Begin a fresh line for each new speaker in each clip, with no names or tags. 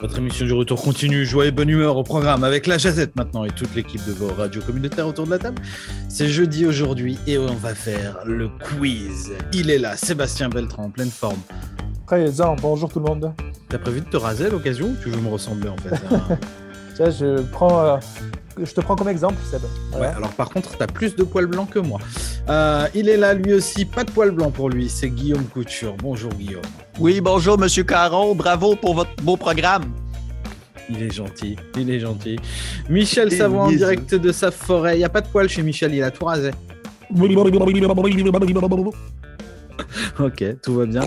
Votre émission du retour continue, joie et bonne humeur au programme avec la Jazette maintenant et toute l'équipe de vos radios communautaires autour de la table. C'est jeudi aujourd'hui et on va faire le quiz. Il est là, Sébastien Beltran en pleine forme.
Présent, oh, bonjour tout le monde.
T'as prévu de te raser à l'occasion ou tu veux me ressembler en fait hein
Tiens, je prends, euh, je te prends comme exemple, Seb.
Ouais,
Voilà.
alors par contre, t'as plus de poils blancs que moi. Euh, il est là lui aussi, pas de poils blancs pour lui, c'est Guillaume Couture. Bonjour Guillaume.
Oui, bonjour, Monsieur Caron. Bravo pour votre beau programme.
Il est gentil, il est gentil. Michel
Il est
Savoie en
niaiseux.
direct de sa forêt. Il n'y a pas de poils chez Michel, il a tout rasé. Ok, tout va bien.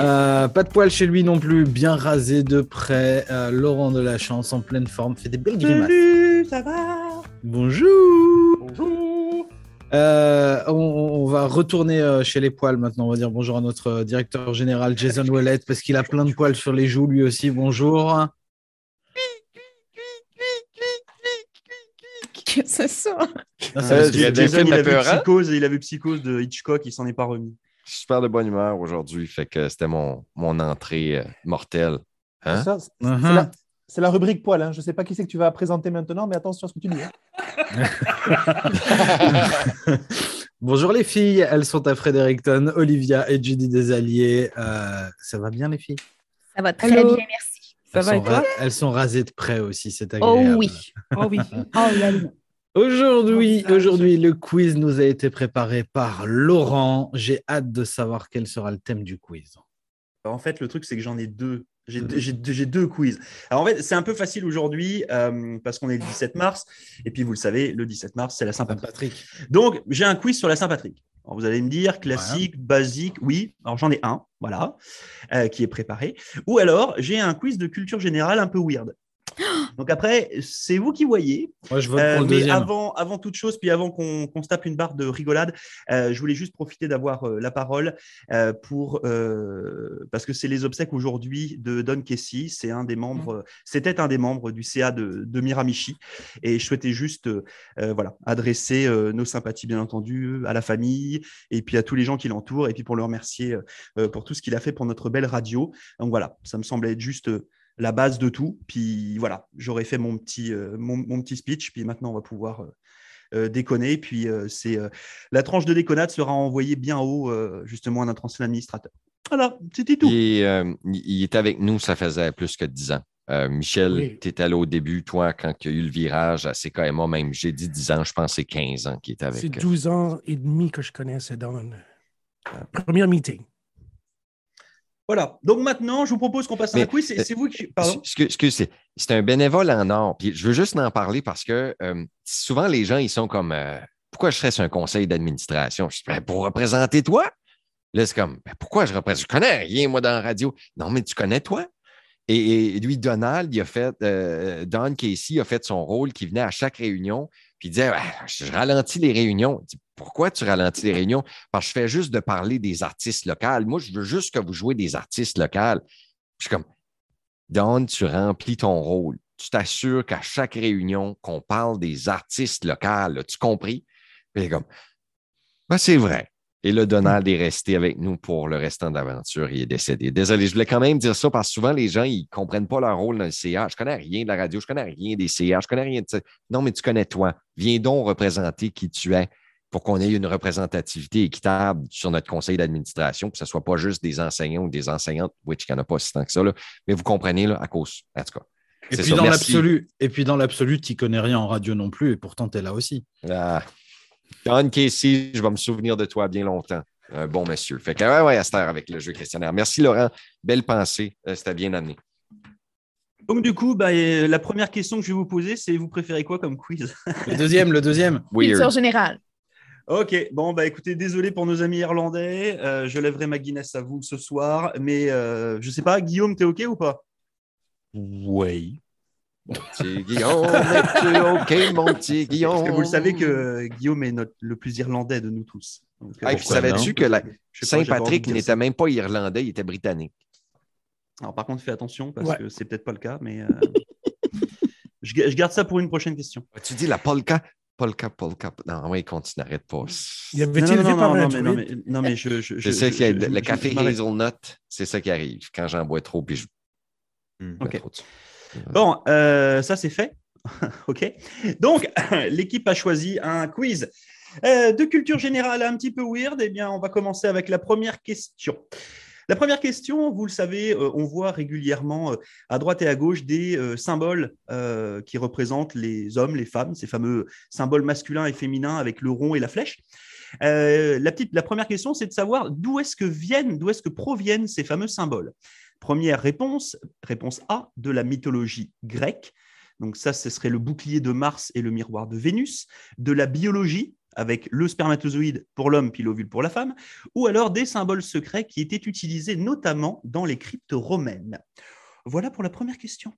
Euh, pas de poils chez lui non plus, bien rasé de près. Euh, Laurent de la Chance en pleine forme, fait des belles grimaces.
Salut, ça va?
Bonjour.
Bonjour.
Euh, on, on va retourner euh, chez les poils maintenant. On va dire bonjour à notre euh, directeur général Jason Wallet parce qu'il a plein de poils sur les joues lui aussi. Bonjour.
que ce soit.
Euh,
Ah, parce
Ouais,
que
j'ai-
c'est-
j'ai- Jason,
il
il
a
a
vu
peur, hein
Psychose, et il a vu Psychose de Hitchcock, il s'en est pas remis.
Je suis super de bonne humeur aujourd'hui, fait que c'était mon, mon entrée euh, mortelle. Hein?
Ça, c'est
Mhm.
la, c'est la rubrique poil. hein. Je ne sais pas qui c'est que tu vas présenter maintenant, mais attention à ce que tu dis. hein.
Bonjour les filles, elles sont à Fredericton, Olivia et Judy Desalliés. Euh, ça va bien les filles
Ça va très
Allô
bien, merci.
Ça
elles,
va
sont
et toi
ra- elles sont rasées de près aussi, c'est
Oh
agréable.
oui.
Oh oui. Oh là là.
Aujourd'hui,
Oh, ça,
aujourd'hui, le quiz nous a été préparé par Laurent. J'ai hâte de savoir quel sera le thème du quiz.
En fait, le truc, c'est que j'en ai deux. J'ai deux, j'ai deux- j'ai deux quiz. Alors, en fait, c'est un peu facile aujourd'hui euh, parce qu'on est le 17 mars. Et puis, vous le savez, le 17 mars, c'est la Saint-Patrick.
Patrick.
Donc, j'ai un quiz sur la Saint-Patrick. Alors, vous allez me dire classique, basique, oui. Alors, j'en ai un, voilà, euh, qui est préparé. Ou alors, j'ai un quiz de culture générale un peu weird. Donc, après, c'est vous qui voyez.
Moi, je vote
Euh,
pour le
mais
deuxième.
avant, avant toute chose, puis avant qu'on qu'on se tape une barre de rigolade, euh, je voulais juste profiter d'avoir euh, la parole euh, pour euh, parce que c'est les obsèques aujourd'hui de Don Casey. C'est un des membres, euh, c'était un des membres du CA de, de Miramichi, et je souhaitais juste euh, euh, voilà adresser euh, nos sympathies bien entendu à la famille et puis à tous les gens qui l'entourent et puis pour le remercier euh, euh, pour tout ce qu'il a fait pour notre belle radio. Donc voilà, ça me semblait être juste euh, la base de tout. Puis voilà, j'aurais fait mon petit, euh, mon, mon petit speech. Puis maintenant, on va pouvoir euh, euh, déconner. Puis euh, c'est euh, la tranche de déconnade sera envoyée bien haut, euh, justement, à notre ancien administrateur. Voilà, c'était tout.
Il, est, euh, il- il est avec nous, ça faisait plus que 10 ans. Euh, Michel,
Oui.
tu allé au début, toi, quand il y a eu le virage à CKMA, même j'ai dit 10 ans, je pense que c'est 15 ans qu'il est
C'est
avec. euh,
12 ans et demi que je connais ce Don.
Ah.
Premier meeting.
Voilà. Donc maintenant, je vous propose qu'on passe à un
Mais,
quiz. C'est
euh,
c'est vous qui. Pardon.
Excuse- Excuse, c'est- c'est un bénévole en or. Puis je veux juste en parler parce que euh, souvent les gens, ils sont comme euh, Pourquoi je serais sur un conseil d'administration? Je dis, Ben, pour représenter toi. Là, c'est comme Ben, Pourquoi je représente? Je connais rien, moi, dans la radio. Non, mais tu connais toi. Et, et lui, Donald, il a fait euh, Don Casey a fait son rôle qui venait à chaque réunion, puis il disait Ben, je, je ralentis les réunions. Il dit, Pourquoi tu ralentis les réunions? Parce que je fais juste de parler des artistes locaux. Moi, je veux juste que vous jouez des artistes locaux. Je suis comme Don, tu remplis ton rôle. Tu t'assures qu'à chaque réunion, qu'on parle des artistes locaux. là. tu compris? Puis il est comme, Ben, c'est vrai. Et là, Donald est resté avec nous pour le restant de l'aventure. Il est décédé. Désolé, je voulais quand même dire ça parce que souvent, les gens, ils ne comprennent pas leur rôle dans le CA. Je connais rien de la radio, je connais rien des CA, je connais rien de ça. Non, mais tu connais toi. Viens donc représenter qui tu es pour qu'on ait une représentativité équitable sur notre conseil d'administration, que ce ne soit pas juste des enseignants ou des enseignantes, which il n'y en a pas si tant que ça, là, mais vous comprenez, là, à cause, en tout cas.
Et
C'est
puis,
ça,
dans
merci.
l'absolu, et puis dans l'absolu, tu connais rien en radio non plus, et pourtant t'es là aussi.
Ah. Don Casey, je vais me souvenir de toi bien longtemps. Un bon monsieur. Fait que, ouais, ouais, à cette heure avec le jeu questionnaire. Merci, Laurent. Belle pensée. Euh, C'était bien amené.
Donc du coup, bah, euh, la première question que je vais vous poser, c'est vous préférez quoi comme quiz
Le deuxième, le deuxième.
Culture
Weird.
générale.
Ok, bon, bah écoutez, désolé pour nos amis irlandais, euh, je lèverai ma Guinness à vous ce soir, mais euh, je sais pas, Guillaume, t'es ok ou pas
Oui. Mon petit Guillaume, es-tu OK, mon petit Guillaume?
Parce que vous le savez que euh, Guillaume est notre- le plus irlandais de nous tous. Donc, euh,
Ah, et puis
pourquoi
savais-tu
non
que la-
Je sais pas, j'avais envie de
Saint-Patrick
dire
n'était
ça.
même pas irlandais, il était britannique.
Alors par contre, fais attention parce
Ouais.
que c'est peut-être pas le cas, mais euh, je, ga- je garde ça pour une prochaine question.
Tu dis la polka? Polka, polka. Non, oui, continue, arrête pas.
Il avait
Non,
été
non,
élevé
non,
par
non,
un
non, mais, non,
druide.
mais, non, mais je, je,
C'est
je-
ça
je-
qu'il y a.
je-
Le
je-
café
je m'arrête.
hazelnut, c'est ça qui arrive. Quand j'en bois trop, puis je. je bois
Ok.
trop dessus.
Bon, euh, ça c'est fait. OK. Donc, l'équipe a choisi un quiz euh, de culture générale un petit peu weird. Eh bien, on va commencer avec la première question. La première question, vous le savez, euh, on voit régulièrement euh, à droite et à gauche des euh, symboles euh, qui représentent les hommes, les femmes, ces fameux symboles masculins et féminins avec le rond et la flèche. Euh, la, petite, la première question, c'est de savoir d'où est-ce que viennent, d'où est-ce que proviennent ces fameux symboles. Première réponse, réponse A, de la mythologie grecque. Donc ça, ce serait le bouclier de Mars et le miroir de Vénus, de la biologie avec le spermatozoïde pour l'homme puis l'ovule pour la femme, ou alors des symboles secrets qui étaient utilisés notamment dans les cryptes romaines. Voilà pour la première question.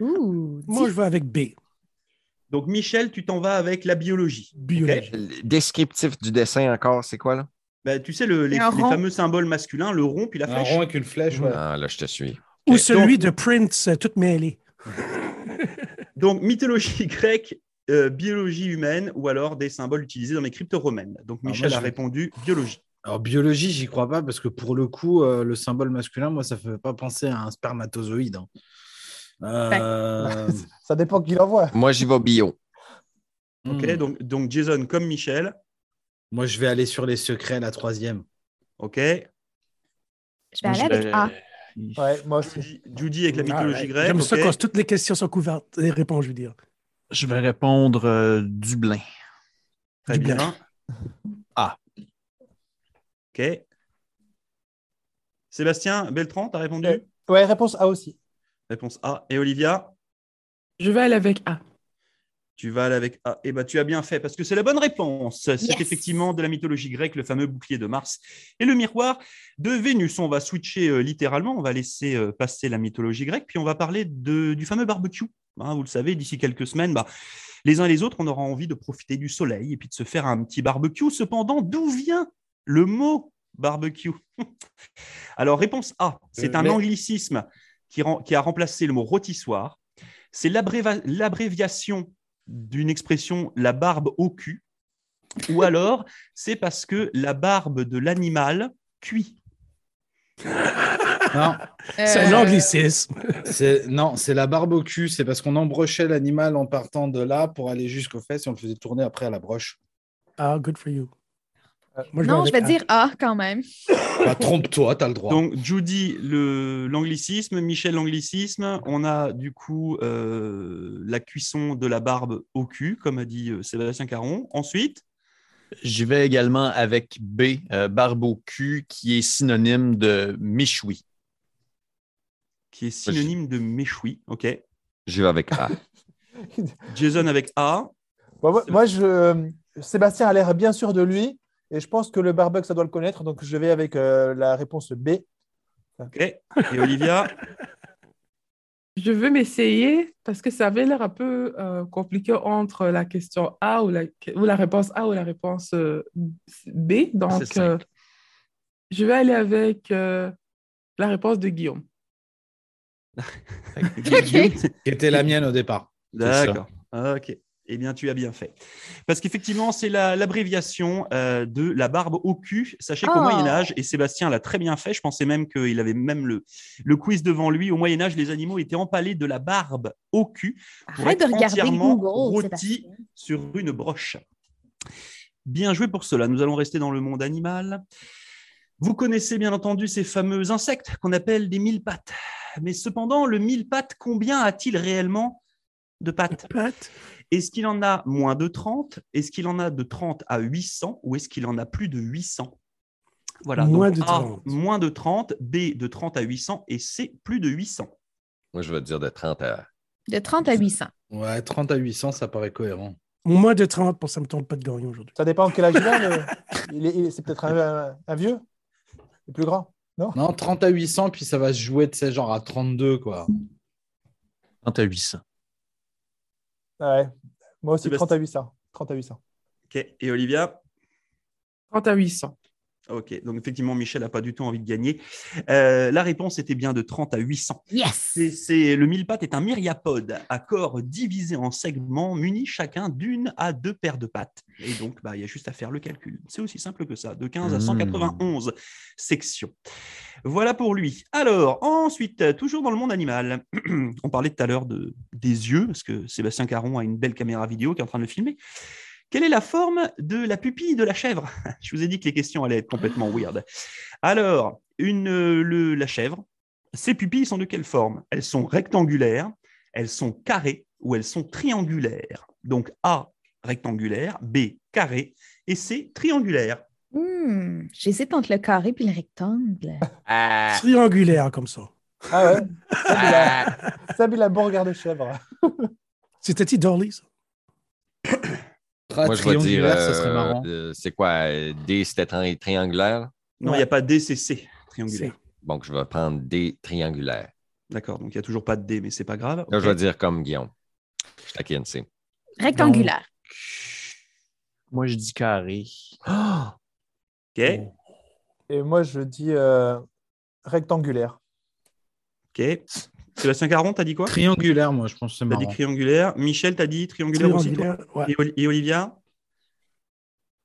Ouh,
Moi, je vais avec B.
Donc Michel, tu t'en vas avec la biologie.
Biologie.
Le Descriptif du dessin encore, c'est quoi là?
Bah, tu sais, le- les,
Et un
les
rond.
fameux symboles masculins, le rond puis la
Un
flèche.
rond avec une flèche,
Euh.
ouais.
Ah, là, je te suis.
Ou celui de Prince, euh, tout mêlé.
Donc, mythologie grecque, euh, biologie humaine, ou alors des symboles utilisés dans les cryptes romaines. Donc,
Ah, moi,
Michel
je
a
vais-
répondu biologie.
Alors, biologie, j'y crois pas parce que pour le coup, euh, le symbole masculin, moi, ça fait pas penser à un spermatozoïde. hein. Euh,
Ça dépend qui l'envoie.
Moi, j'y vais bio.
Ok,
hmm.
donc, donc, Jason comme Michel.
Moi, je vais aller sur les secrets, la troisième.
Ok. Je
Je vais aller avec A.
Ouais, moi aussi.
Judy, Judy avec la mythologie
Alright.
grecque.
Ah, J'aime ça
ok.
quand toutes les questions sont couvertes, les réponses, je veux dire.
Je vais répondre euh, Dublin.
Très
du
bien.
blanc.
Ah.
Ok. Sébastien Beltran, t'as répondu
Ouais. Ouais, réponse A aussi.
Réponse A. Et Olivia,
Je vais aller avec A.
tu vas aller avec A. Eh ben, tu as bien fait parce que c'est la bonne réponse. C'est
Yes.
effectivement de la mythologie grecque, le fameux bouclier de Mars et le miroir de Vénus. On va switcher euh, littéralement, on va laisser euh, passer la mythologie grecque, puis on va parler de- du fameux barbecue. Hein, vous le savez, d'ici quelques semaines, bah, les uns et les autres, on aura envie de profiter du soleil et puis de se faire un petit barbecue. Cependant, d'où vient le mot barbecue Alors, réponse A, c'est
Euh,
un
mais-
anglicisme qui, ren- qui a remplacé le mot rôtissoir. C'est l'abréva- l'abréviation d'une expression la barbe au cul. Ou alors, c'est parce que la barbe de l'animal cuit.
Non,
Euh,
C'est un anglicisme.
c'est non, c'est la barbe au cul. C'est parce qu'on embrochait l'animal en partant de là pour aller jusqu'aux fesses et on le faisait tourner après à la broche.
Ah, good for you.
Euh,
Moi,
Non, je vais
avec A.
dire A quand même.
Bah, Trompe-toi, t'as le droit.
Donc, Judy, le- l'anglicisme, Michel, l'anglicisme. On a du coup euh, la cuisson de la barbe au cul, comme a dit euh, Sébastien Caron. Ensuite,
J'y vais également avec B, euh, barbe au cul, qui est synonyme de Michoui.
qui est synonyme de méchoui. OK.
J'y vais avec A.
Jason avec A.
Moi, moi- moi, je... Sébastien a l'air bien sûr de lui. Et je pense que le barbecue, ça doit le connaître. Donc, je vais avec euh, la réponse B.
OK. Et Olivia,
Je veux m'essayer parce que ça avait l'air un peu euh, compliqué entre la question A ou la, ou la réponse A ou la réponse euh, B. Donc,
simple.
euh, je vais aller avec euh, la réponse de Guillaume.
Ok.
Qui était la mienne au départ.
D'accord. Ok. Eh bien, tu as bien fait. Parce qu'effectivement, c'est la- l'abréviation euh, de la barbe au cul. Sachez qu'au
Ah.
Moyen-Âge, et Sébastien l'a très bien fait, je pensais même qu'il avait même le, le quiz devant lui. Au Moyen-Âge, les animaux étaient empalés de la barbe au cul Pour
Arrête de
être
regarder
entièrement
Google.
rôti. sur une broche. Bien joué pour cela. Nous allons rester dans le monde animal. Vous connaissez bien entendu ces fameux insectes qu'on appelle des mille pattes. Mais cependant, le mille pattes, combien a-t-il réellement de pattes
Pat,
Est-ce qu'il en a moins de 30 Est-ce qu'il en a de 30 à 800 Ou est-ce qu'il en a plus de 800 Voilà.
Moins
donc
de
A,
30.
moins de 30, B, de 30 à 800, et C, plus de 800.
Moi, je vais te dire de 30 à.
De 30 à 800.
Ouais, 30 à 800, ça paraît cohérent.
moins de 30 pour ça me tombe pas de gagnon aujourd'hui.
Ça dépend quel âge il a. mais il est- il est- C'est peut-être un, un- un vieux, le plus grand.
Non, 30 à 800, puis ça va se jouer de ces genre à 32, quoi.
30 à 800.
Ouais. Moi aussi,
Sébastien.
30 à 800. 30 à 800.
Ok. Et Olivia
30 à 800.
Ok, donc effectivement, Michel n'a pas du tout envie de gagner. Euh, la réponse était bien de 30 à 800.
Yes!
C'est- c'est- le mille-pattes est un myriapode à corps divisé en segments, muni chacun d'une à deux paires de pattes. Et donc, bah, il y a juste à faire le calcul. C'est aussi simple que ça, de 15 à
Mm.
191 sections. Voilà pour lui. Alors, ensuite, euh, toujours dans le monde animal, on parlait tout à l'heure de, des yeux, parce que Sébastien Caron a une belle caméra vidéo qui est en train de le filmer. Quelle est la forme de la pupille de la chèvre Je vous ai dit que les questions allaient être complètement weird. Alors, une, euh, le- la chèvre, ses pupilles sont de quelle forme Elles sont rectangulaires, elles sont carrées ou elles sont triangulaires. Donc A rectangulaire, B carré et C triangulaire.
Hmm, J'hésite entre le carré puis le rectangle.
Euh,
Ah,
Triangulaire comme ça.
Ah ouais Seb, il a-
ah.
Seb, il a bon regard de chèvre.
C'était-tu Dolly, ça?
Moi, je vais dire,
Triangulaire, ça serait
euh,
marrant.
euh, c'est quoi, euh, D, c'était tri- triangulaire?
Non, il
Ouais.
n'y a pas D, c'est C triangulaire.
Donc, je vais prendre D, triangulaire.
D'accord, donc il n'y a toujours pas de D, mais c'est pas grave.
Là,
Ok.
je vais dire comme Guillaume. Je taquine, c'est.
Rectangulaire.
Moi, je dis carré.
Oh Ok,
Et moi, je dis euh, rectangulaire.
ok. Sébastien Caron, t'as dit quoi
Triangulaire, moi, je pense que c'est
T'as dit
marrant.
triangulaire. Michel, t'as dit triangulaire, aussi.
Triangulaire,
toi
ouais.
Et Oli- Et Olivia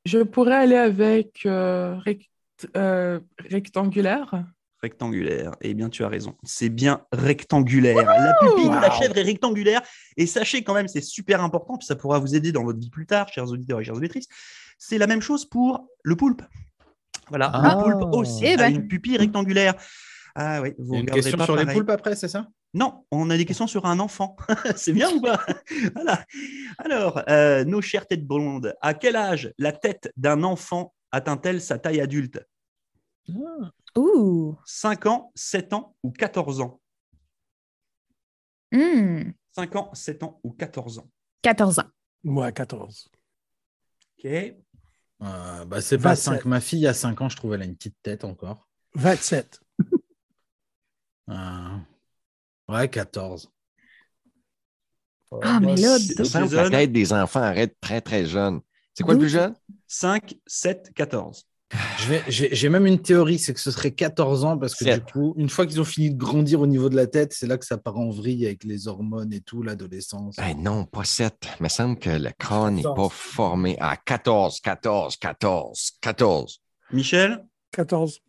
Je pourrais aller avec euh, rect- euh, rectangulaire.
Rectangulaire. Eh bien, tu as raison. C'est bien rectangulaire. La pupille de la
Wow.
chèvre est rectangulaire. Et sachez quand même, c'est super important, puis ça pourra vous aider dans votre vie plus tard, chers auditeurs et chères auditrices. C'est la même chose pour le poulpe. Voilà,
Ah.
le poulpe aussi
Eh
a
ben.
une pupille rectangulaire. Ah oui,
Il
vous
y a une
regarderez
question
pas
sur les
pareil.
poulpes après, c'est ça
Non, on a des questions sur un enfant. c'est bien ou pas Voilà. Alors, euh, nos chères têtes blondes, à quel âge la tête d'un enfant atteint-elle sa taille adulte
Ouh!
5 ans, 7 ans ou 14 ans
Hmm,
5 ans, 7 ans ou 14 ans.
14 ans.
Moi, 14.
OK.
Euh, bah, C'est pas
27.
5. Ma fille, à 5 ans, je trouve, elle a une petite tête encore.
27.
Euh, Ouais, 14.
Ouais,
Ah, mais
moi,
là,
Il me semble que la tête des enfants arrête très, très jeune. C'est quoi le plus jeune?
5, 7, 14.
Je vais- J'ai j'ai même une théorie, c'est que ce serait 14 ans parce que
Sept.
du coup, une fois qu'ils ont fini de grandir au niveau de la tête, c'est là que ça part en vrille avec les hormones et tout, l'adolescence.
Ben non, pas 7. Il me semble que le crâne n'est pas
14.
formé. Ah, 14, 14, 14, 14.
Michel
14.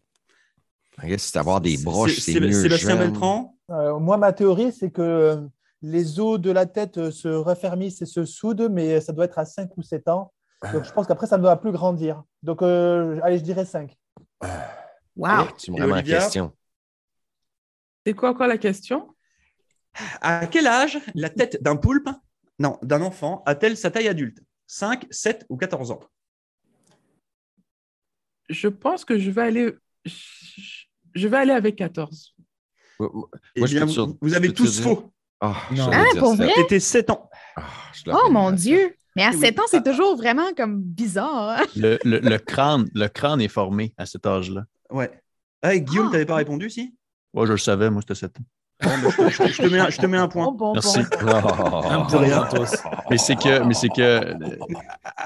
I guess, c'est avoir Ah, des broches, c'est
Sé-
mieux
Sébastien
jeune.
Beltran
Euh, moi, ma théorie, c'est que euh, les os de la tête euh, se refermissent et se soudent, mais ça doit être à 5 ou 7 ans. Donc, je pense qu'après, ça ne doit plus grandir. Donc, euh, allez, je dirais 5.
Wow!
Eh, Tu me
Et
remets en
Olivia?
question.
C'est quoi encore la question?
À quel âge la tête d'un poulpe, non, d'un enfant, a-t-elle sa taille adulte 5, 7 ou 14 ans
Je pense que je vais aller, je je vais aller avec 14.
Moi, moi,
Eh
Moi, je
bien,
peux te-
vous, vous avez
je peux te
tous
dire-
faux.
Ah, Oh, je
Non.
voulais
Ah,
dire
pour
sept.
vrai?
C'était 7 ans.
Ah, je l'aurais
Oh
mis
mon
à
Dieu! Mais à
Oui.
7 ans, c'est toujours vraiment comme bizarre. hein?
Le, le- le crâne, le crâne est formé à cet âge-là.
Ouais. Ah, et Guillaume,
Ah.
t'avais pas répondu, si
Moi, je le savais, moi, c'était 7 ans.
je, te- je te mets un, je te mets un
Bon,
point.
bon,
Merci.
bon.
Un
Ah,
Oh.
pour rien, tous.
Mais c'est que, mais c'est que euh,
bah,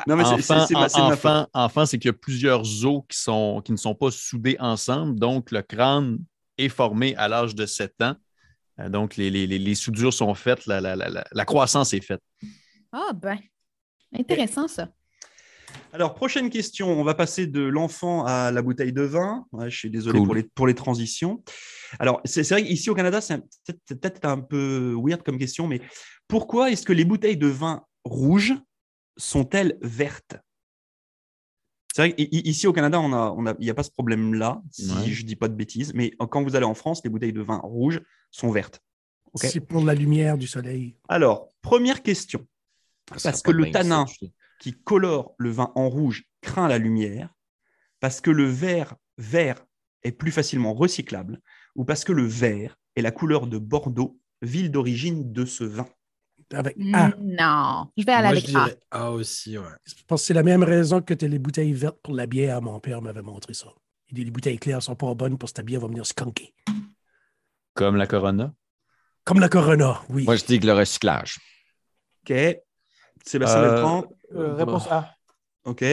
Non, mais c'est- c'est-
enfant,
c'est ma- c'est ma faute.
enfant, enfant, c'est qu'il y a plusieurs os qui, sont, qui ne sont pas soudés ensemble. Donc, le crâne est formé à l'âge de 7 ans. Euh, Donc, les, les- les- les soudures sont faites, la, la- la- la- la croissance est faite.
Ah ben, intéressant ça.
Alors, prochaine question. On va passer de l'enfant à la bouteille de vin. Ouais, je suis désolé
Cool.
pour, les, pour les transitions. Alors, c'est c'est vrai qu'ici au Canada, c'est un- c'est peut-être un peu weird comme question, mais pourquoi est-ce que les bouteilles de vin rouges sont-elles vertes C'est vrai qu'ici au Canada, on a, on a- il n'y a pas ce problème-là, si
Ouais.
je ne dis pas de bêtises, mais quand vous allez en France, les bouteilles de vin rouges sont vertes. Ok.
C'est pour la lumière du soleil.
Alors, première question.
Ça
Parce
sera
que
pas
le
bien, ça,
tanin.
je sais.
qui colore le vin en rouge craint la lumière, parce que le vert vert est plus facilement recyclable, ou parce que le vert est la couleur de Bordeaux, ville d'origine de ce vin.
Avec
Mm.
A.
Non, je vais aller
Moi, je
avec A.
dirais A aussi, ouais.
Je pense que c'est la même raison que t'as les bouteilles vertes pour la bière. Mon père m'avait montré ça. Il dit les bouteilles claires sont pas bonnes parce que ta bière va venir skunker.
Comme la corona.
Comme la Corona, oui.
Moi, je dis que le recyclage.
Ok. Sébastien
Euh,
Bertrand.
Euh, réponse A.
Ok.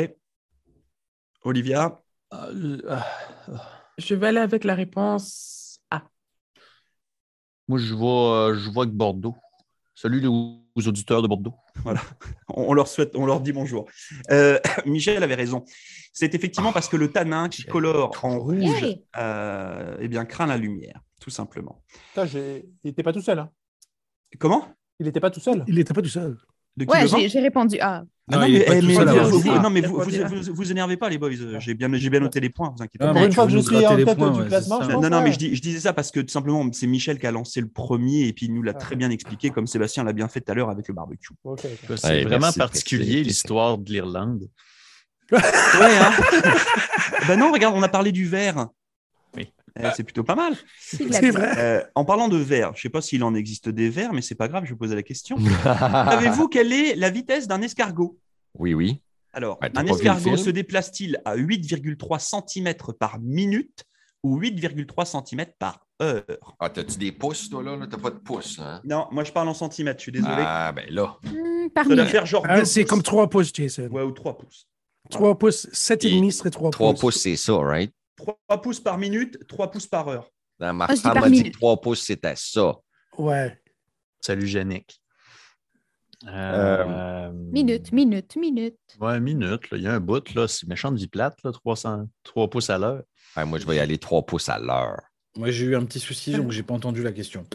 Olivia.
Euh, ah, ah.
Je vais aller avec la réponse A.
Moi, je vois, euh, je vois que Bordeaux. Salut les- aux auditeurs de Bordeaux.
On on leur souhaite, on leur dit bonjour. Euh, Michel avait raison. C'est effectivement parce que le tanin qui
Michel.
colore en rouge,
Hey!
euh, eh bien, craint la lumière, tout simplement.
Putain, j'ai- Il n'était pas tout seul. hein.
Comment
Il n'était pas tout seul.
Bah,
Il n'était pas tout seul.
De qui
Ouais,
le vent
j'ai j'ai répondu A.
Ah
Non,
non,
il est
mais,
pas
eh,
tout
mais
seul à
vous-
répondre.
vous- non, mais
Il a
vous,
pas
vous,
dit
vous, vous énervez pas, les boys. J'ai bien, j'ai bien noté les points, vous inquiétez
Ah,
pas.
Pour
mais
une
tu
fois que
veux
je
nous
suis
gratter
en
les
tête
points,
du
ouais,
classement,
c'est ça.
je pense,
non, non, mais
ouais.
je, dis- je disais ça parce que tout simplement, c'est Michel qui a lancé le premier et puis il nous l'a très bien expliqué, comme Sébastien l'a bien fait tout à l'heure avec le barbecue.
Ok, ok.
C'est
Ouais,
vraiment
merci,
particulier
merci.
l'histoire de l'Irlande.
Ouais, hein Ben non, regarde, on a parlé du verre.
Oui.
Eh, c'est plutôt pas mal.
C'est
C'est vrai.
Euh, en parlant de verre, je sais pas s'il en existe des verres, mais c'est pas grave, je vais poser la question.
Avez-vous?
Savez-vous quelle est la vitesse d'un escargot
Oui, oui.
Alors,
Ouais, t'as
un
pas vu le
escargot
film
se déplace-t-il à 8,3 cm par minute ou 8,3 cm par heure
Ah, t'as-tu des pouces, toi, là? là? T'as pas de pouces, là, hein?
Non, moi je parle en centimètres, je suis désolé.
Ah, ben là.
Ça
Hmm, Parmi
doit faire genre.
Ah,
deux
c'est
pouces.
comme 3 pouces, Jason.
Ouais, ou 3 pouces.
3 pouces, 7,5
Et
serait 3 pouces.
3 pouces, c'est ça, right?
3 pouces par minute, 3 pouces par heure.
Là, ma
Ah, je dis
femme
par
m'a dit
minute.
3 pouces, c'était ça.
Ouais.
Salut, Yannick. Euh,
Euh,
minute, minute, minute.
Ouais, minute. là. Il y a un bout, là. C'est méchant de vie plate, là, 300, 3 pouces à l'heure.
Ah, moi, je vais y aller 3 pouces à l'heure.
Moi, j'ai eu un petit souci, donc j'ai pas entendu la question.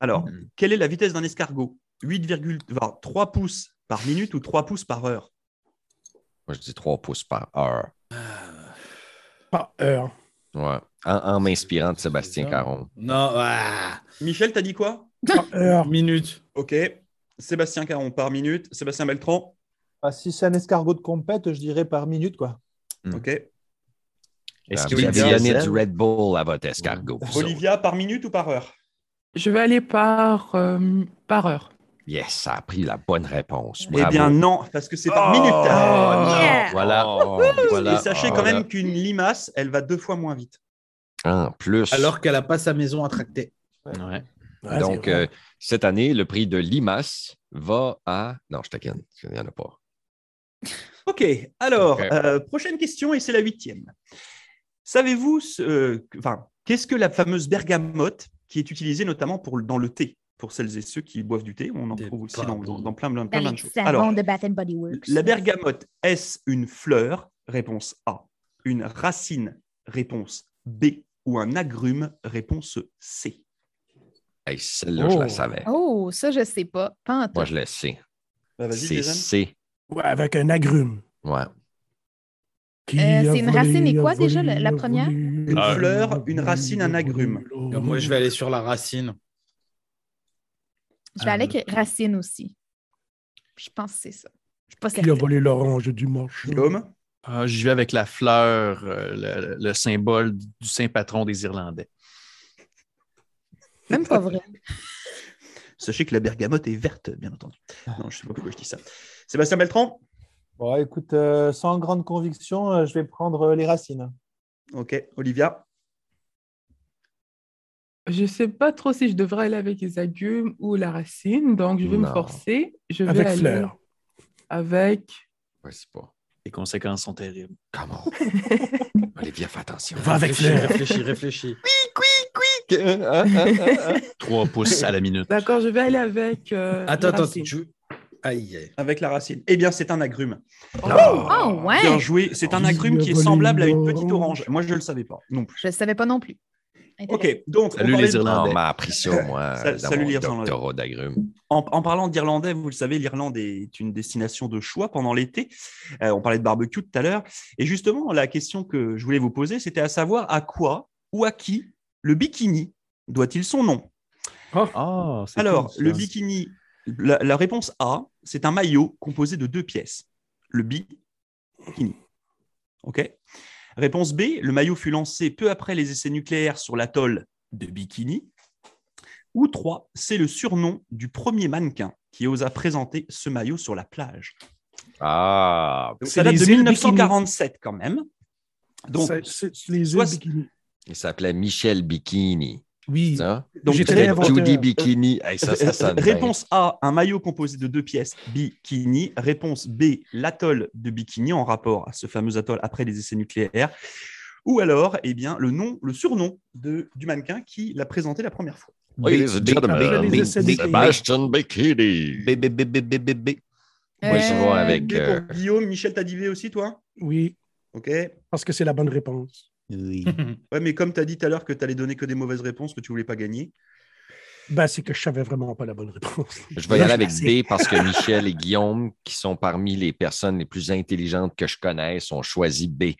Alors,
Hmm.
quelle est la vitesse d'un escargot 8,3 pouces par minute ou 3 pouces par heure
Moi, je dis 3 pouces par heure.
Par heure.
Ouais. En, en m'inspirant de Sébastien
C'est ça.
Caron.
Non, ah,
Michel, t'as dit quoi
Par heure.
minute.
Ok. Sébastien Caron par minute. Sébastien Beltran.
Ah, si c'est un escargot de compète, je dirais par minute. quoi.
Hmm.
Ok.
Ah,
Est-ce qu'il
Vous
y a
avez
du
donné
diesel?
du Red Bull à votre escargot. vous autres.
Olivia par minute ou par heure
Je vais aller par, euh, par heure.
Yes, ça a pris la bonne réponse.
Eh
Bravo.
bien non, parce que c'est par
Oh,
minute.
non.
Yeah.
Voilà.
Oh,
Et sachez
Oh,
quand
voilà.
même qu'une limace, elle va deux fois moins vite.
En plus.
Alors qu'elle a pas sa maison à tracter.
Ouais.
Ouais,
Donc,
c'est vrai.
euh, cette année, le prix de Limas va à. Non, je taquine. Il n'y en a pas.
Ok, alors,
Ok.
euh, prochaine question, et c'est la huitième. Savez-vous, ce- euh, que- enfin, qu'est-ce que la fameuse bergamote qui est utilisée notamment pour, le- dans le thé Pour celles et ceux qui boivent du thé, on en
Des
trouve aussi dans,
barbons.
dans plein, plein, plein
Dans
de
les
choses.
savons
Alors,
de Bath and Body Works.
la bergamote, est-ce une fleur Réponse A. Une racine Réponse B. Ou un agrume Réponse C.
Hey, Celle-là, je
Oh.
la savais.
Oh, ça, je sais pas. Pas en tout.
Moi, je le sais.
Bah, vas-y,
C'est
Jason.
C.
Ouais, avec un agrume.
Ouais.
Qui
Euh,
a
c'est une
volé,
racine et
a
quoi déjà,
volé,
la- la
a
première?
volé,
Une
a
fleur,
volé,
une
a
racine, un
volé,
agrume.
a volé.
Moi, je vais aller sur la racine.
Je vais aller avec Racine aussi. Je pense que c'est ça. Je suis pas
Qui a
certaine.
volé l'orange du manche?
Guillaume
Ah, J'y vais avec la fleur, euh, le, le symbole du saint patron des Irlandais.
Même pas vrai.
Sachez que la bergamote est verte, bien entendu. Non, je ne sais pas pourquoi je dis ça. Sébastien Beltran
Bon, écoute, euh, sans grande conviction, euh, je vais prendre euh, les racines.
Ok. Olivia
Je ne sais pas trop si je devrais aller avec les agrumes ou la racine, donc je vais me
Non.
forcer. Je vais
Avec
aller
fleur.
avec
Ouais, c'est pas.
Les conséquences sont terribles.
Comment? Olivia, fais attention.
Va avec
Réfléchis,
fleur.
réfléchis, réfléchis.
Hein, hein, hein, hein.
3 pouces à la minute.
D'accord, je vais aller avec. euh,
Attends,
la
attends,
racine.
tu... Aïe, aïe.
Avec la racine. Eh bien, c'est un agrume.
Ah,
Oh,
Bien
ouais.
joué. C'est un
Vas-y,
agrume qui est
volé
semblable à une
l'orange.
petite orange. Moi, je ne le savais pas non plus.
Je le savais pas non plus. Euh,
Ok. Donc, on
Salut
parlait
les
de-
Ah, on
Irlandais.
m'a appris ça, moi,
Sa-
dans
salut,
mon
les Irlandais.
doctorat d'agrumes.
en, en parlant d'Irlandais, vous le savez, l'Irlande est une destination de choix pendant l'été. Euh, on parlait de barbecue tout à l'heure. Et justement, la question que je voulais vous poser, c'était à savoir à quoi ou à qui le bikini doit-il son nom
Ah, c'est
Alors,
cool, ça.
le bikini, la, la réponse A, c'est un maillot composé de deux pièces. Le bikini. OK Réponse B, le maillot fut lancé peu après les essais nucléaires sur l'atoll de Bikini. Ou 3, c'est le surnom du premier mannequin qui osa présenter ce maillot sur la plage.
Ah,
Donc,
C'est
ça date
les
de
îles Bikini.
1947 quand même. Donc,
C'est- C'est c'est les îles
soit-
bikini.
il s'appelait Michel Bikini.
Oui.
ça.
Donc,
J'ai très
ré-
bien inventé,
Judy
euh,
Bikini. Hey, ça, ça sonne bien.
Réponse A, un maillot composé de deux pièces, bikini. Réponse B, l'atoll de bikini en rapport à ce fameux atoll après les essais nucléaires. Ou alors, eh bien, le nom, le surnom de, du mannequin qui l'a présenté la première fois.
Ladies and gentlemen,
B- B-
Sebastian Bikini.
B, B, B, B, B, B, B.
Moi, je vais avec.
Et
euh,
pour Guillaume, Michel, t'as dit V aussi, toi
Oui,
Ok. Ouais,
parce que c'est la bonne réponse.
Eh
mais comme t'as dit tout à l'heure que t'allais donner que des mauvaises réponses, que tu voulais pas gagner.
Ben, c'est que je savais vraiment pas la bonne réponse.
Je vais y aller
Là,
avec
je sais.
B parce que Michel et Guillaume, qui sont parmi les personnes les plus intelligentes que je connaisse, ont choisi B.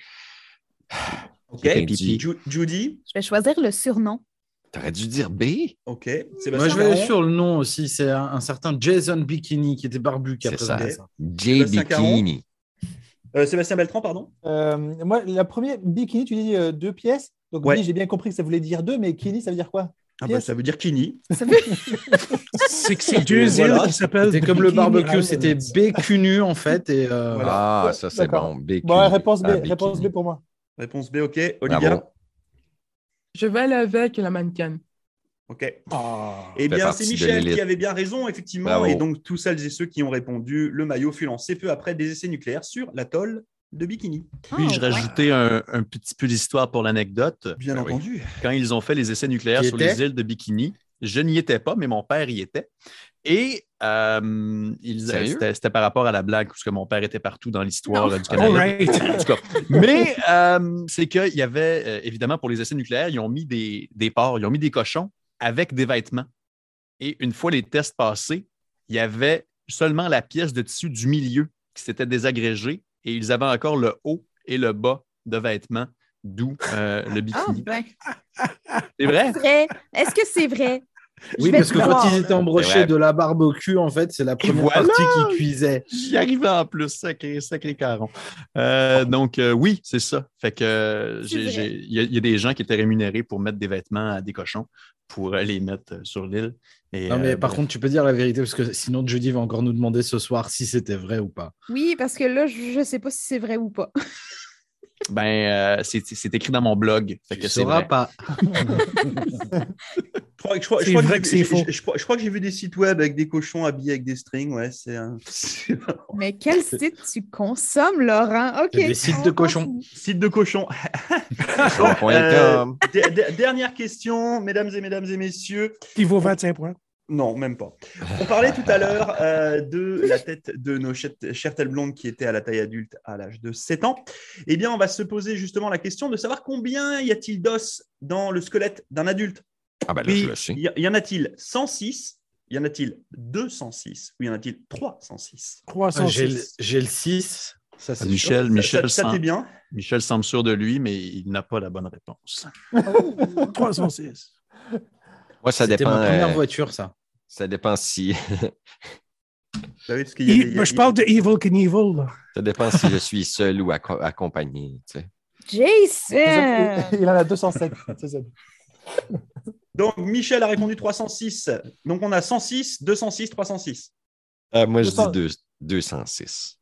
Ok.
Et puis,
Ju- Judy.
Je vais choisir le surnom.
T'aurais dû dire B.
Ok.
ben,
Moi, je
Sébastien
vais aller
hein.
Caron.
sur le nom aussi. C'est un, un certain Jason Bikini qui était barbu qui a
C'est
présenté
ça.
ça.
J
Sébastien Caron.
Bikini.
Euh, Sébastien Beltran, pardon.
Euh, moi, la première, bikini, tu dis euh, deux pièces. Donc,
Ouais.
oui, j'ai bien compris que ça voulait dire deux, mais kini, ça veut dire quoi
Ah bah,
Yes.
ça veut dire Kini.
Ça veut-
C'est que c'est deux îles
Voilà.
qui s'appellent.
C'était comme le
Bikini
barbecue,
Island.
c'était BQNU en fait. Et, euh,
Ah, ça, c'est
D'accord.
bon. Bikini.
Bon, ouais, réponse B,
Ah,
réponse B
Bikini.
pour moi.
Réponse B, ok. Olivia.
Bravo.
Je vais aller avec la mannequin.
Ok.
Ah.
Eh
fait
bien,
partie
c'est
de
Michel
l'élite.
qui avait bien raison, effectivement.
Bravo.
Et donc, tous celles et ceux qui ont répondu, le maillot fut lancé peu après des essais nucléaires sur l'atoll de Bikini.
Puis je
oh,
Ah, ouais.
rajoutais un, un petit peu d'histoire pour l'anecdote.
Bien
Ben oui.
entendu.
Quand ils ont fait les essais nucléaires
Qui
sur
était?
les îles de Bikini, je n'y étais pas, mais mon père y était. Et euh, ils-
Sérieux?
c'était c'était par rapport à la blague, parce que mon père était partout dans l'histoire euh, du Canada.
Oh,
All right.
En tout cas. Mais euh, c'est qu'il y avait, euh, évidemment, pour les essais nucléaires, ils ont mis des, des porcs, ils ont mis des cochons avec des vêtements. Et une fois les tests passés, il y avait seulement la pièce de tissu du milieu qui s'était désagrégée et ils avaient encore le haut et le bas de vêtements, d'où euh, le
Ah,
bikini.
ben,
C'est vrai?
vrai. Est-ce que c'est vrai? Je
oui,
vais
parce
te
que quand
croire.
ils étaient embrochés
C'est vrai.
de la barbecue, en fait, c'est la première
voilà.
partie qu'ils cuisaient.
J'y arrivais en plus, sacré, sacré caron. Euh, donc, euh, oui, c'est ça. Fait que euh, j'ai-
Ah. C'est vrai.
j'ai- il y, a- il y a des gens qui étaient rémunérés pour mettre des vêtements à des cochons pour euh, les mettre euh, sur l'île. Et,
Non, mais
euh,
par
bon,
contre, tu peux dire la vérité, parce que sinon, Judy va encore nous demander ce soir si c'était vrai ou pas.
Oui, parce que là, je ne sais pas si c'est vrai ou pas.
Ben, euh, c'est c'est écrit dans mon blog. Fait
Tu
que
ne
c'est
sauras
vrai.
pas.
Je crois, je crois- je
C'est
crois que
vrai
j'ai vu-
que c'est faux.
je- je- je crois- je crois que j'ai vu des sites web avec des cochons habillés avec des strings. Ouais, c'est un
Mais quel site tu consommes, Laurent? OK.
C'est des sites de
on
cochons.
continue.
site de cochons.
Euh,
Cochon.com.
D- d- dernière question, mesdames et mesdames et messieurs.
Il vaut 25 points.
Non, même pas. On parlait tout à l'heure euh, de la tête de nos chètes- chères telles blondes qui étaient à la taille adulte à l'âge de 7 ans. Eh bien, on va se poser justement la question de savoir combien y a-t-il d'os dans le squelette d'un adulte
Ah, ben là,
Oui.
je le sais.
Y, y en a-t-il 106 Y en a-t-il 206 Ou y en a-t-il 306
Ah, J'ai le
306.
j'ai le 6. Ça, c'est sûr.
Ah, Michel, Michel,
ça, ça,
sem-
t'es bien
Michel semble sûr de lui, mais il n'a pas la bonne réponse.
306.
Moi, ça
C'était
dépend.
ma première
euh,
voiture, ça.
Ça dépend si.
Bah oui, parce qu'il y a
Il-
des-
ben, je parle de Evil Knievel. là.
ça dépend si je suis seul ou acco- accompagné. tu sais.
Jason!
Il en a 207. c'est ça.
Donc, Michel a répondu 306. Donc, on a 106, 206, 306.
Euh, moi, je
Deux cents.
dis deux- 206.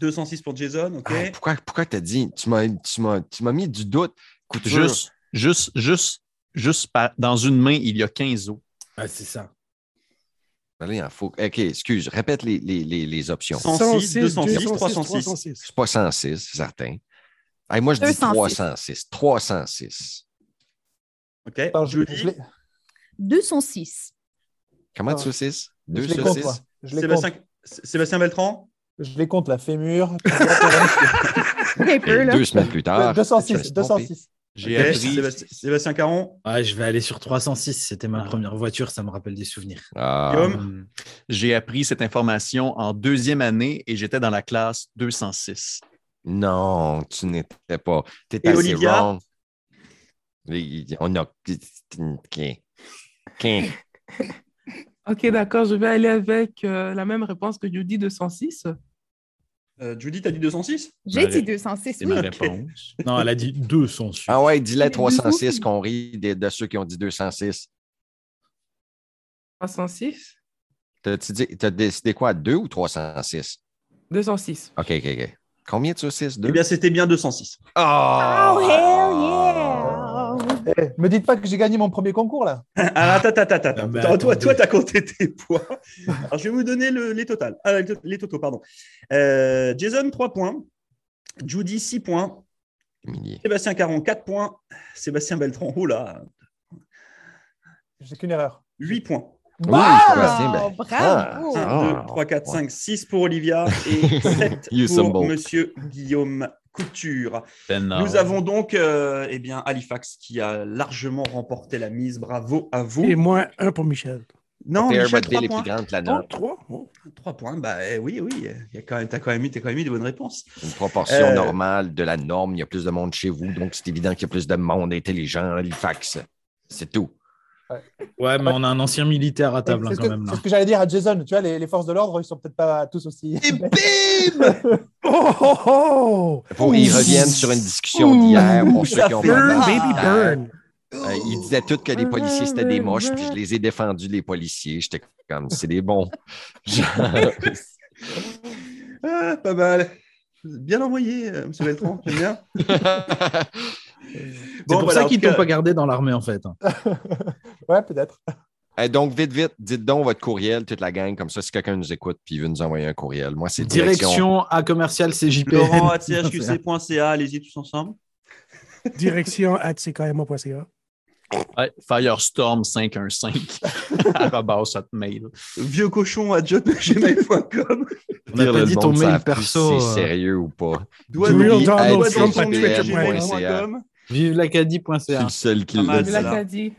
206 pour Jason, ok.
Ah, pourquoi pourquoi t'as dit Tu m'as tu m'as- tu m'as mis du doute. Couture.
Juste, juste, juste, juste par- dans une main, il y a 15 os.
Ah, c'est ça.
Allez, en faux. OK, excuse. Répète les, les, les, les options.
106, 206, 306.
306.
C'est pas 106, c'est certain. Hey, moi, je dis
206.
306. 306.
ok.
Attends, je,
Judy,
je les,
206.
Comment
Ah.
tu saucisses?
je
Deux
les compte, moi.
saucisses?
Je les compte.
Sébastien, S- Sébastien Beltran,
Je les compte, la fémur. Ah,
Paper,
Et
là.
Deux semaines plus tard. je me
206,
suis
206.
J'ai
Ok.
appris.
Sébastien, Sébastien Caron,
Ah, je vais aller sur 306. C'était ma première voiture. Ça me rappelle des souvenirs.
Ah.
Guillaume.
Hum.
Hmm. J'ai appris cette information en deuxième année et j'étais dans la classe 206.
Non, tu n'étais pas.
Et
Tu étais assez
Olivia?
wrong. Les- On a. OK. OK.
Ok, d'accord, je vais aller avec euh, la même réponse que Judy de 106.
euh, Judy, t'as dit 206
J'ai dit
Ouais.
206,
C'est
oui.
ma réponse.
Non, elle a dit 206.
Ah ouais, dis-la
Mais
306
vous-
qu'on rit de, de ceux qui ont dit 206.
306
T'as-tu dit- T'as décidé quoi? 2 ou 306?
206.
OK, OK, OK. Combien de saucisses?
Eh
Deux? Ah!
bien, c'était bien 206.
Oh,
Oh, hell yeah!
Eh, me dites pas que j'ai gagné mon premier concours là.
Ah, attends, attends, attends,
Ah,
attends.
mais
Toi- Toi,
attendez.
toi, t'as compté tes points. Alors, je vais vous donner le- les totales. Ah, les to- les totaux, pardon. Euh, Jason, 3 points. Judy, 6 points.
Humilié.
Sébastien Caron, 4 points. Sébastien Beltran, oh oula,
J'ai qu'une erreur.
8 points.
Oui, Sébastien, ben,
Wow,
ah,
bravo!
1, 2, 3, 4,
ouais.
5, 6 pour Olivia et 7
You
pour
stumble.
Monsieur Guillaume Couture.
Peinard.
Nous avons donc euh, eh bien, Halifax qui a largement remporté la mise. Bravo à vous.
Et moi, un pour Michel.
non,
Air
Michel,
Bud Bay,
3
les plus
points.
grandes
Oh,
planètes.
trois? Oh.
3 points, bah eh oui, oui, il y a quand même, t'as quand même eu, t'as quand même eu de bonnes réponses.
Une proportion
Euh,
normale de la norme. Il y a plus de monde chez vous, donc c'est évident qu'il y a plus de monde intelligent à Halifax. C'est tout.
Ouais, mais on a un ancien militaire à
C'est
table hein,
ce
quand même.
que,
là.
c'est ce que j'allais dire à Jason. Tu vois, les, les forces de l'ordre, ils sont peut-être pas tous aussi.
Et bim!
Oh, oh, oh!
Pour- ils reviennent sur une discussion d'hier pour ceux qui ont
Ça fait
mal à
Burn,
la
baby,
tête.
burn!
Euh, ils disaient tous que les policiers, c'était des moches, puis je les ai défendus, les policiers. J'étais comme, c'est des bons. Oh.
Ah, pas mal. Bien envoyé, euh, Monsieur Beltran, j'aime bien.
C'est
Bon,
pour
voilà,
ça qu'ils
bah, en
t'ont
tout cas-
pas gardé dans l'armée en fait. hein.
Ouais, peut-être.
Eh, donc, vite, vite, dites donc votre courriel, toute la gang, comme ça, si quelqu'un nous écoute puis il veut nous envoyer un courriel. Moi, c'est direction.
Direction à commercial CJP.
Laurent, at chqc.ca, allez-y tous ensemble.
Direction at ckma.ca.
Ouais, Firestorm 515 à la base, ça te mail.
Vieux cochon à john.gmail.com.
On n'a
Dire
pas
le
dit
monde
ton
savent
mail
plus
perso.
Si
euh,
c'est sérieux ou pas.
Real
Doigt
Donald
dans
Trump
ton gmail.com.
at
gmail.ca.
Vive
C'est
l'acadie.ca.
le seul qui
Pas mal,
le
Mais
Mais
Ah,
là,
dit.
là,
celle-là.
dit.